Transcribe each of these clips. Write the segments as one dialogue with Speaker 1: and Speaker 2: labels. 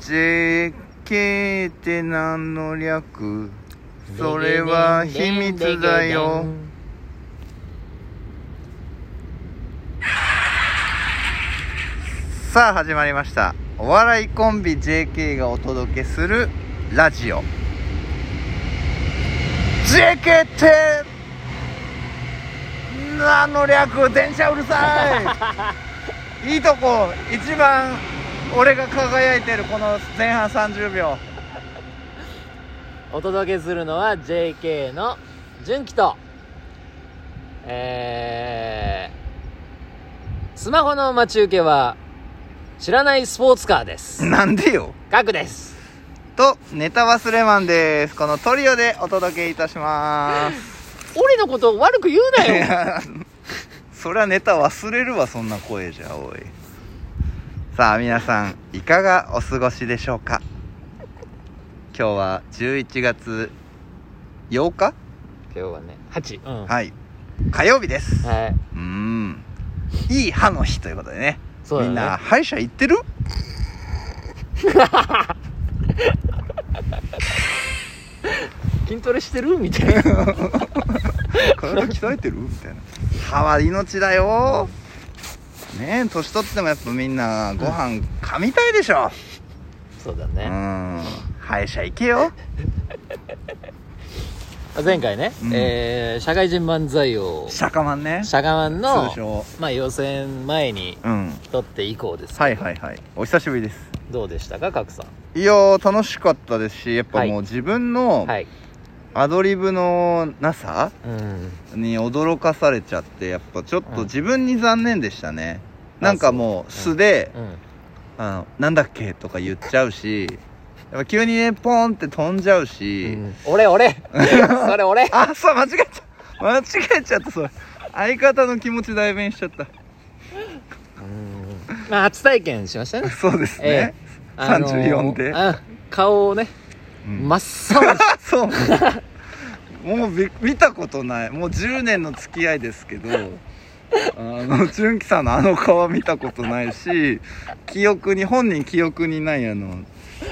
Speaker 1: JK って何の略それは秘密だよさあ始まりましたお笑いコンビ JK がお届けするラジオ JK って何の略電車うるさ いいいとこ一番俺が輝いてるこの前半30秒
Speaker 2: お届けするのは JK の純喜とえー、スマホの待ち受けは知らないスポーツカーです
Speaker 1: なんでよ
Speaker 2: ガクです
Speaker 1: とネタ忘れマンですこのトリオでお届けいたします
Speaker 2: 俺のこと悪く言う
Speaker 1: い
Speaker 2: なよ
Speaker 1: やそりゃネタ忘れるわそんな声じゃおいさあ皆さんいかがお過ごしでしょうか今日は11月8日
Speaker 2: 今日はね8うんは
Speaker 1: はい火曜日です
Speaker 2: い、
Speaker 1: うーんいい歯の日ということでね
Speaker 2: そうだね
Speaker 1: みんな歯医者行ってる
Speaker 2: 筋トレしてるみたいな
Speaker 1: 体鍛えてるみたいな歯は命だよねえ年取ってもやっぱみんなご飯噛みたいでしょ
Speaker 2: そうだ
Speaker 1: う
Speaker 2: ね、
Speaker 1: ん歯医者行けよ
Speaker 2: 前回ね、
Speaker 1: うん
Speaker 2: えー社会人漫才王
Speaker 1: シャカマンね
Speaker 2: シャガマンの
Speaker 1: 通、称
Speaker 2: まあ、予選前に
Speaker 1: うん
Speaker 2: 撮って以降です、
Speaker 1: はいはいはいお久しぶりです
Speaker 2: どうでしたか賀来さん
Speaker 1: いやー楽しかったですしやっぱ
Speaker 2: はい
Speaker 1: もう自分の
Speaker 2: はい
Speaker 1: アドリブのなさ
Speaker 2: うん
Speaker 1: に驚かされちゃってやっぱちょっ
Speaker 2: う
Speaker 1: と
Speaker 2: ん
Speaker 1: 自分に残念でしたねなんかもう
Speaker 2: そう
Speaker 1: 素で
Speaker 2: う
Speaker 1: 「
Speaker 2: ん
Speaker 1: あのなんだっけ?」とか言っちゃうしやっぱ急にねポーンって飛んじゃうし
Speaker 2: 俺俺 それ俺
Speaker 1: あそう間違えちゃ間違えちゃったそれ相方の気持ち代弁しちゃった
Speaker 2: まあ初体験しま したね
Speaker 1: そうですね
Speaker 2: あの
Speaker 1: 34で
Speaker 2: あ顔をね
Speaker 1: うん
Speaker 2: 真っ青に
Speaker 1: そうもうび見たことないもう10年の付き合いですけどあの純喜さんのあの顔見たことないし記憶に本人記憶にないあの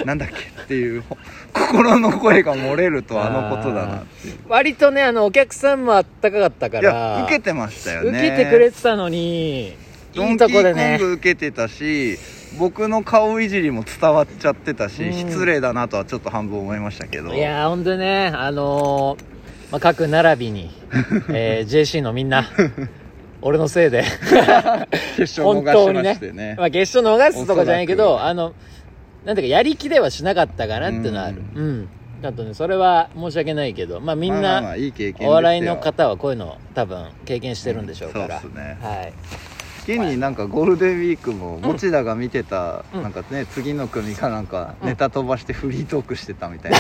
Speaker 1: なんだっけっていうほ心の声が漏れると あのことだなっていう
Speaker 2: 割とねあのお客さんもあったかかったか
Speaker 1: いや
Speaker 2: ら
Speaker 1: 受けてましたよね
Speaker 2: 受けてくれてたのに
Speaker 1: ド
Speaker 2: いい
Speaker 1: ンキ
Speaker 2: とこで
Speaker 1: ーコン
Speaker 2: ね
Speaker 1: グ受けてたし僕の顔いじりも伝わっちゃってたし、
Speaker 2: うん
Speaker 1: 失礼だなとはちょっと半分思いましたけど
Speaker 2: いやーほんとねあのーまあ、各並び に、えー JC のみんな俺のせいで
Speaker 1: 決勝
Speaker 2: 本
Speaker 1: 逃
Speaker 2: 当
Speaker 1: し
Speaker 2: に
Speaker 1: ま
Speaker 2: ね
Speaker 1: してね
Speaker 2: まあ、決勝逃すとかじゃないけ
Speaker 1: おそ
Speaker 2: ど
Speaker 1: ら
Speaker 2: あのなんていうかやりきれはしなかったかなっていうのはある
Speaker 1: う
Speaker 2: うん、ちょっとねそれは申し訳ないけどまあみんな、
Speaker 1: まあまあまあいい経験ですよ
Speaker 2: お笑いの方はこういうの多分経験してるんでしょうから、
Speaker 1: そうですね
Speaker 2: はい
Speaker 1: 現になんかゴールデンウィークも持田が見てた、
Speaker 2: うん
Speaker 1: なんかね次の組かなんか
Speaker 2: うん
Speaker 1: ネタ飛ばしてフリートークしてたみたいな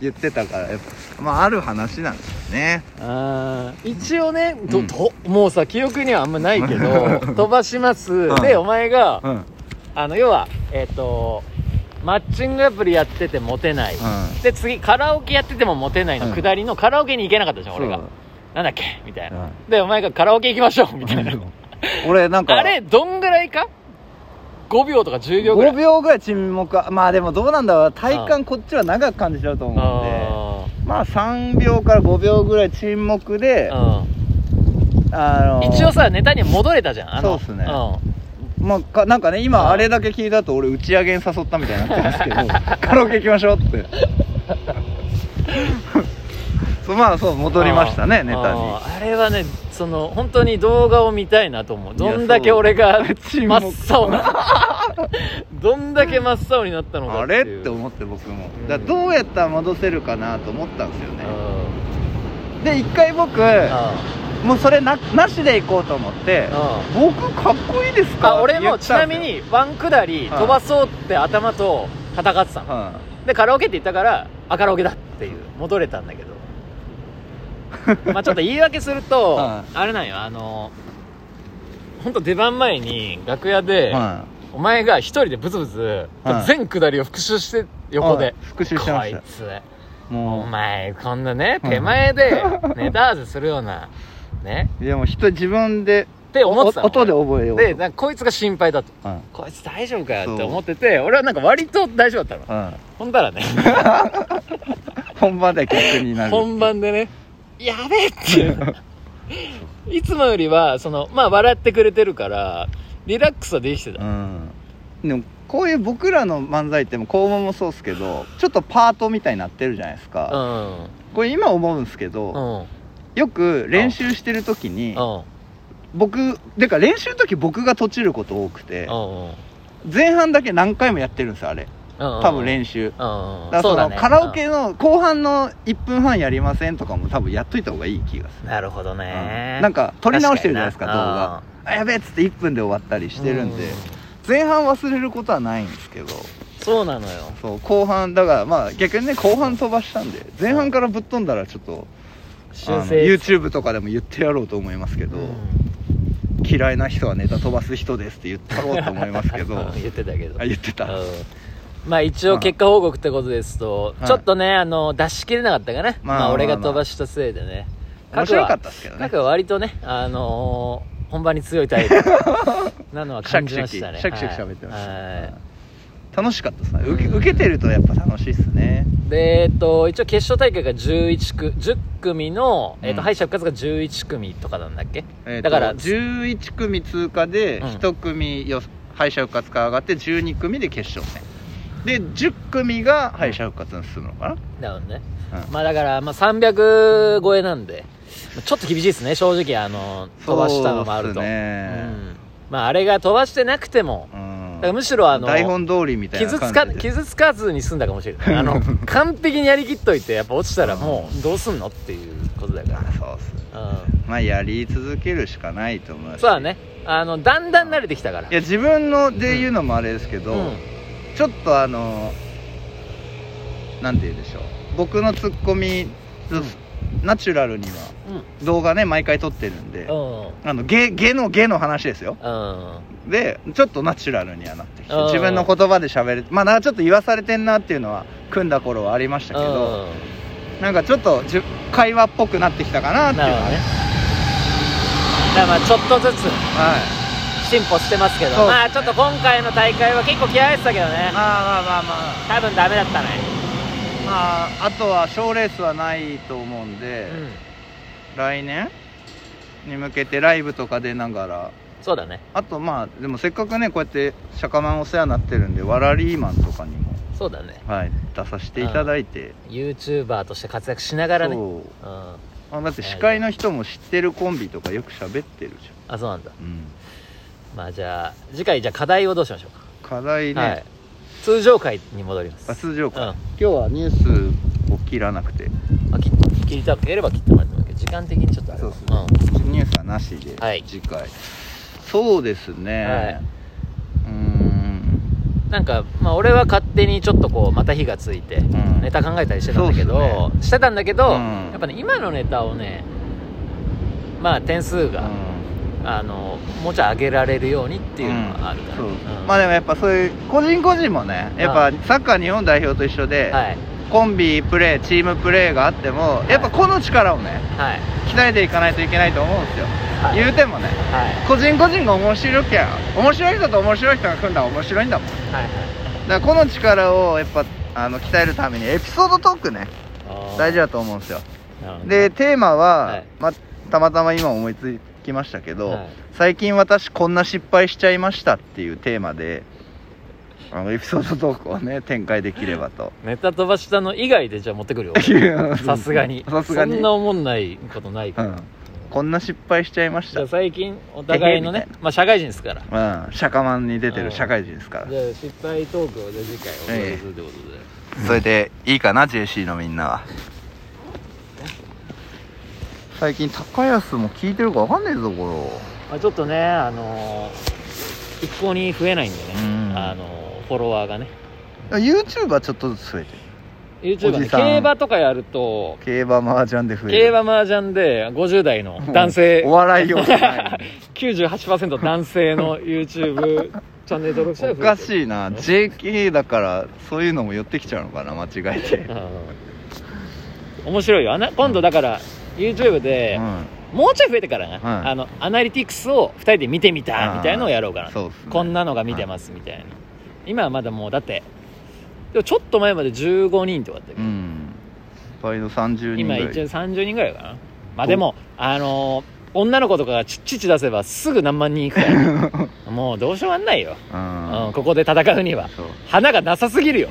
Speaker 1: 言ってたからやっぱまあある話なんですよね
Speaker 2: あー一応ね、ど
Speaker 1: うん
Speaker 2: ともうさ記憶にはあんまないけど飛ばします、
Speaker 1: ん
Speaker 2: でお前が、
Speaker 1: うんうん
Speaker 2: あの要はえっ、とマッチングアプリやっててモテない、で次カラオケやっててもモテないの、
Speaker 1: うん
Speaker 2: 下りのカラオケに行けなかったじゃん俺が
Speaker 1: そう
Speaker 2: なんだっけみたいな、
Speaker 1: うん
Speaker 2: でお前がカラオケ行きましょうみたいな
Speaker 1: 俺なんか
Speaker 2: あれどんぐらいか5秒とか10秒ぐらい
Speaker 1: 5秒ぐらい沈黙あまあでもどうなんだろう体感こっちは長く感じちゃうと思うん
Speaker 2: あ
Speaker 1: でまあ3秒から5秒ぐらい沈黙で、
Speaker 2: ーうん
Speaker 1: あの
Speaker 2: 一応さネタに戻れたじゃんあの
Speaker 1: そうっすね
Speaker 2: ん
Speaker 1: まあ、かなんかね
Speaker 2: うん
Speaker 1: 今あれだけ聞いたと俺打ち上げに誘ったみたいになってます けどカラオケ行きましょうって そうまあそう戻りましたねネタに
Speaker 2: あーあれはねその本当に動画を見たいなと思う
Speaker 1: いや
Speaker 2: どんだけ俺が
Speaker 1: そう
Speaker 2: 真っ青な どんだけ真っ青になったのか
Speaker 1: あ
Speaker 2: ってい
Speaker 1: れ
Speaker 2: う
Speaker 1: って思って僕も
Speaker 2: うん
Speaker 1: だからどうやったら戻せるかなと思ったんですよね
Speaker 2: うん
Speaker 1: で一回僕
Speaker 2: あ
Speaker 1: もうそれななしで行こうと思って
Speaker 2: あ
Speaker 1: 僕かっこいいですか
Speaker 2: あ
Speaker 1: って
Speaker 2: 俺
Speaker 1: 言
Speaker 2: も
Speaker 1: っ
Speaker 2: ち
Speaker 1: た
Speaker 2: なん
Speaker 1: で
Speaker 2: み
Speaker 1: すよ
Speaker 2: にワン下り飛ばそうって頭と戦ってたの
Speaker 1: は
Speaker 2: でカラオケって言ったからあカラオケだっていう戻れたんだけど まあちょっと言い訳すると
Speaker 1: は
Speaker 2: あ
Speaker 1: い
Speaker 2: れなんよあの本当出番前に楽屋
Speaker 1: い
Speaker 2: で、
Speaker 1: は
Speaker 2: お前が一人でブツブツ、
Speaker 1: はい
Speaker 2: 全下りを復習して横
Speaker 1: はい
Speaker 2: で
Speaker 1: 復習してました
Speaker 2: こいつ
Speaker 1: い
Speaker 2: お
Speaker 1: も
Speaker 2: 前こんなね手前でネタ合わせするようなね
Speaker 1: ういやもう人自分で
Speaker 2: って思ってたの
Speaker 1: 音で覚えようと
Speaker 2: でなんかこいつが心配だと
Speaker 1: うん
Speaker 2: こいつ大丈夫か
Speaker 1: そ
Speaker 2: よ
Speaker 1: う
Speaker 2: って思ってて俺はなんか割と大丈夫だったの
Speaker 1: うん
Speaker 2: ほんだらね
Speaker 1: 本番では逆になる
Speaker 2: 本番でねやべえっていう いつもよりはそのまあ笑ってくれてるからリラックスはできてた、
Speaker 1: うんでもこういう僕らの漫才っても肛門もそうっすけどちょっとパートみたいになってるじゃないです
Speaker 2: う
Speaker 1: か、
Speaker 2: んうん
Speaker 1: これ今思うんですけど、
Speaker 2: うん
Speaker 1: よく練習してる時に
Speaker 2: うん
Speaker 1: 僕でか練習の時僕がとちること多くて
Speaker 2: うん
Speaker 1: 前半だけ何回もやってるんですよあれ多分練習
Speaker 2: うんう
Speaker 1: だか
Speaker 2: ん
Speaker 1: ら
Speaker 2: そ
Speaker 1: そう
Speaker 2: だ
Speaker 1: の
Speaker 2: ね
Speaker 1: カラオケの後半の1分半やりませんとかも多分やっといた方がいい気がする
Speaker 2: うんなるほどね
Speaker 1: なん
Speaker 2: か
Speaker 1: か撮り直してるじゃないですか動画あやべえっつって1分で終わったりしてるんで前半忘れることはないんですけど
Speaker 2: そうなのよ
Speaker 1: そう後半だからまあ逆にね後半飛ばしたんで前半からぶっ飛んだらちょっとあの
Speaker 2: 修正
Speaker 1: YouTube とかでも言ってやろうと思いますけど、
Speaker 2: うん
Speaker 1: 嫌いな人はネタ飛ばす人ですって言ったろうと思いますけど
Speaker 2: うん
Speaker 1: あ
Speaker 2: 言ってたけど
Speaker 1: 言ってた、
Speaker 2: うんまあ一応結果報告ってことですと、
Speaker 1: はい
Speaker 2: ちょっとねあの出し切れなかったかね、
Speaker 1: ま
Speaker 2: ま
Speaker 1: あ
Speaker 2: あ
Speaker 1: まあ
Speaker 2: 俺が飛ばしたせいでね
Speaker 1: 面白かったですけど
Speaker 2: なん
Speaker 1: ね
Speaker 2: か割とね、あのー本番に強 いタイプなのは
Speaker 1: シャ
Speaker 2: 感
Speaker 1: キ
Speaker 2: じ
Speaker 1: シャ
Speaker 2: ま
Speaker 1: キ
Speaker 2: し
Speaker 1: シ
Speaker 2: たね。
Speaker 1: ャキシャキ喋ってました、
Speaker 2: はいはい
Speaker 1: 楽しかったですね受け
Speaker 2: うん
Speaker 1: 受けてるとやっぱ楽しいっすね
Speaker 2: で、えっと、一応決勝大会が11区、10組の、えっ
Speaker 1: うん
Speaker 2: と、敗者復活が11組とかなんだっけ、
Speaker 1: えーと
Speaker 2: だから
Speaker 1: 11組通過で
Speaker 2: うん
Speaker 1: 1組よ、敗者復活から上がって12組で決勝戦で10組が敗者復活に進むのかな、
Speaker 2: だよね。
Speaker 1: うん
Speaker 2: まあだから、まあ300超えなんで、ちょっと厳しいですね、正直、あの、飛ばしたのもある
Speaker 1: そ
Speaker 2: と。
Speaker 1: うっす
Speaker 2: う
Speaker 1: ね、
Speaker 2: ん。まああれが飛ばしてなくても、
Speaker 1: うん
Speaker 2: だからむしろあの、
Speaker 1: 台本通りみたいな
Speaker 2: 傷つか
Speaker 1: 感じで
Speaker 2: 傷つかずに済んだかもしれ ないあの完璧にやりきっといてやっぱ落ちたらもうどうすんのっていうことだか
Speaker 1: あそうっす
Speaker 2: ら、う
Speaker 1: まあやり続けるしかないと思うし
Speaker 2: ん、そうだねあのだんだん慣れてきたから
Speaker 1: いや自分ので言うのもあれですけど、
Speaker 2: うん
Speaker 1: ちょっとあのなんて言うでしょう僕のツッコミ、ナチュラルには動画ね毎回撮ってるんで、
Speaker 2: うんうん
Speaker 1: あのゲゲのゲの話ですよ
Speaker 2: うん
Speaker 1: でちょっとナチュラルにはなってきて
Speaker 2: うん
Speaker 1: 自分の言葉で喋るまあなんかちょっと言わされてんなっていうのは組んだ頃はありましたけど、なんかちょっとじゅ会話っぽくなってきたかな
Speaker 2: う
Speaker 1: っ
Speaker 2: ん
Speaker 1: ていう
Speaker 2: な
Speaker 1: の
Speaker 2: るほ
Speaker 1: は
Speaker 2: どねだからまあちょっとずつ
Speaker 1: はい
Speaker 2: 進歩してますけど、
Speaker 1: そう
Speaker 2: まあちょっと今回の大会は結構気合入ってたけどね
Speaker 1: まあまあまあまあ
Speaker 2: 多分ダメだったね
Speaker 1: まああとは賞レースはないと思うんで、
Speaker 2: うん
Speaker 1: 来年に向けてライブとか出ながら
Speaker 2: そうだね
Speaker 1: あとまあでもせっかくねこうやって釈迦マンお世話になってるんでわらリーマンとかにも、
Speaker 2: そうだね
Speaker 1: はい、出させていただいて、
Speaker 2: YouTuber として活躍しながらねう
Speaker 1: そ
Speaker 2: ん
Speaker 1: うあだって司会の人も知ってるコンビとかよく喋ってるじ
Speaker 2: あそうなんだ
Speaker 1: ゃん、うん、
Speaker 2: まあじゃあ次回じゃあ課題をどうしましょうか
Speaker 1: 課題ね、
Speaker 2: はい、通常回に戻ります
Speaker 1: あ通常回、
Speaker 2: うん
Speaker 1: 今日はニュースを切らなくて
Speaker 2: まあ、切切りたければ切ってもらってもいいけど時間的にちょっとあれ
Speaker 1: そう
Speaker 2: は
Speaker 1: ですね、ニュースはなしで、
Speaker 2: はい
Speaker 1: 次回そうですね、
Speaker 2: はいう
Speaker 1: ーん
Speaker 2: うん、なんか、まあ、俺は勝手にちょっとこうまた火がついて、
Speaker 1: ん
Speaker 2: ネタ考えたりしてたんだけど、
Speaker 1: そう
Speaker 2: してたんだけど、
Speaker 1: うん
Speaker 2: やっぱね今のネタをねまあ点数が、
Speaker 1: っ
Speaker 2: あのもうちょい上げられるようにっていうのがあるから、うん
Speaker 1: まあでもやっぱそういう個人個人もねやっぱ
Speaker 2: う
Speaker 1: サッカー日本代表と一緒で、
Speaker 2: はい
Speaker 1: コンビプレーチームプレーがあってもやっぱ個の力をね
Speaker 2: はい
Speaker 1: 鍛えていかないといけないと思うんですよ、
Speaker 2: はい
Speaker 1: 言うてもね
Speaker 2: はい
Speaker 1: 個人個人が面白きゃ面白い人と面白い人が組んだら面白いんだもんだか
Speaker 2: はい
Speaker 1: ら個の力をやっぱあの鍛えるためにエピソードトークね
Speaker 2: はい
Speaker 1: 大事だと思うんですよ
Speaker 2: なるほど
Speaker 1: でテーマは、
Speaker 2: はい
Speaker 1: まあ、たまたま今思いつきましたけど、
Speaker 2: はい
Speaker 1: 最近私こんな失敗しちゃいましたっていうテーマであのエピソードトークを ね展開できればと
Speaker 2: ネタ飛ばしたの以外でじゃあ持って くるよさすがに
Speaker 1: さすがに
Speaker 2: そんなおもんないことないか
Speaker 1: う
Speaker 2: ら、
Speaker 1: ん、こんな失敗しちゃいまし
Speaker 2: じ
Speaker 1: た
Speaker 2: ゃあ最近お互いの
Speaker 1: えへ
Speaker 2: ね
Speaker 1: みた、
Speaker 2: まあ、社会人ですからじ
Speaker 1: うん釈迦マンに出て
Speaker 2: う
Speaker 1: る
Speaker 2: ん
Speaker 1: 社会人ですから、
Speaker 2: ゃあ失敗トークをじゃあ次回お届けするってことで、
Speaker 1: それでいいかな JC のみんなは最近高安も聞いてるか分かんねえぞこ
Speaker 2: まあ、ちょっとねあのー一向に増えないんでね、
Speaker 1: うん
Speaker 2: あのーフォロワーがね
Speaker 1: れ YouTube はちょっとずつ増えてる
Speaker 2: YouTube は
Speaker 1: お
Speaker 2: ね
Speaker 1: じさん
Speaker 2: 競馬とかやると
Speaker 1: 競馬麻雀で増える
Speaker 2: 競馬麻雀で50代の男性
Speaker 1: お笑い要素ない
Speaker 2: 98%男性 の YouTube チャンネル登録者が
Speaker 1: お
Speaker 2: 増え
Speaker 1: か
Speaker 2: てる
Speaker 1: しいな JK だからそういうのも寄ってきちゃうのかな間違えて
Speaker 2: うん面白いよあな今度だから YouTube で、
Speaker 1: うん
Speaker 2: もうちょい増えてからな、
Speaker 1: はい
Speaker 2: あのアナリティクスを2人で見てみ
Speaker 1: あ
Speaker 2: た
Speaker 1: ー
Speaker 2: みたいのをやろうかな、
Speaker 1: そうですね
Speaker 2: こんなのが見てますみたいな、今はまだもうだってでもちょっと前まで15人とかだったけ
Speaker 1: う
Speaker 2: ど、
Speaker 1: ん倍の30人ぐ
Speaker 2: 今
Speaker 1: らい
Speaker 2: 一応30人ぐらいかなまあでもあのー女の子とかがちち出せばすぐ何万人いくから もうどうしようもないよ、
Speaker 1: うん
Speaker 2: うん、ここで戦うには
Speaker 1: そう
Speaker 2: 花がなさすぎるよ、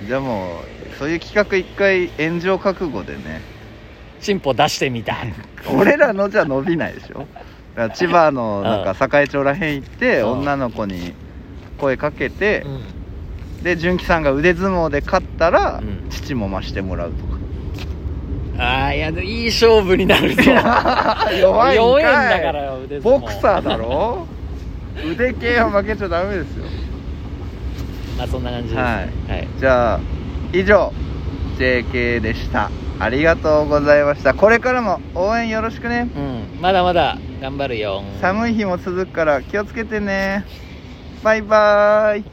Speaker 1: う
Speaker 2: う
Speaker 1: じゃあもうそういう企画一回炎上覚悟でね
Speaker 2: ん、進歩出してみた
Speaker 1: 俺らのじゃ伸びないでしょだから千葉のなん
Speaker 2: う
Speaker 1: か栄町らへん行って
Speaker 2: うん
Speaker 1: 女の子に声かけて
Speaker 2: うん
Speaker 1: で純喜さんが腕相撲で勝ったら
Speaker 2: うん
Speaker 1: 父も増してもらう と
Speaker 2: ああいやでもいい勝負に なるぞ
Speaker 1: か弱いんかい
Speaker 2: 弱いんだからよ腕相撲
Speaker 1: ボクサーだ ろ腕系は負けちゃダメですよ
Speaker 2: まあそんな感じですね
Speaker 1: はい
Speaker 2: はい
Speaker 1: じゃあ以上 JK でしたありがとうございましたこれからも応援よろしくね
Speaker 2: うん、まだまだ頑張るよ
Speaker 1: 寒い日も続くから気をつけてねバイバーイ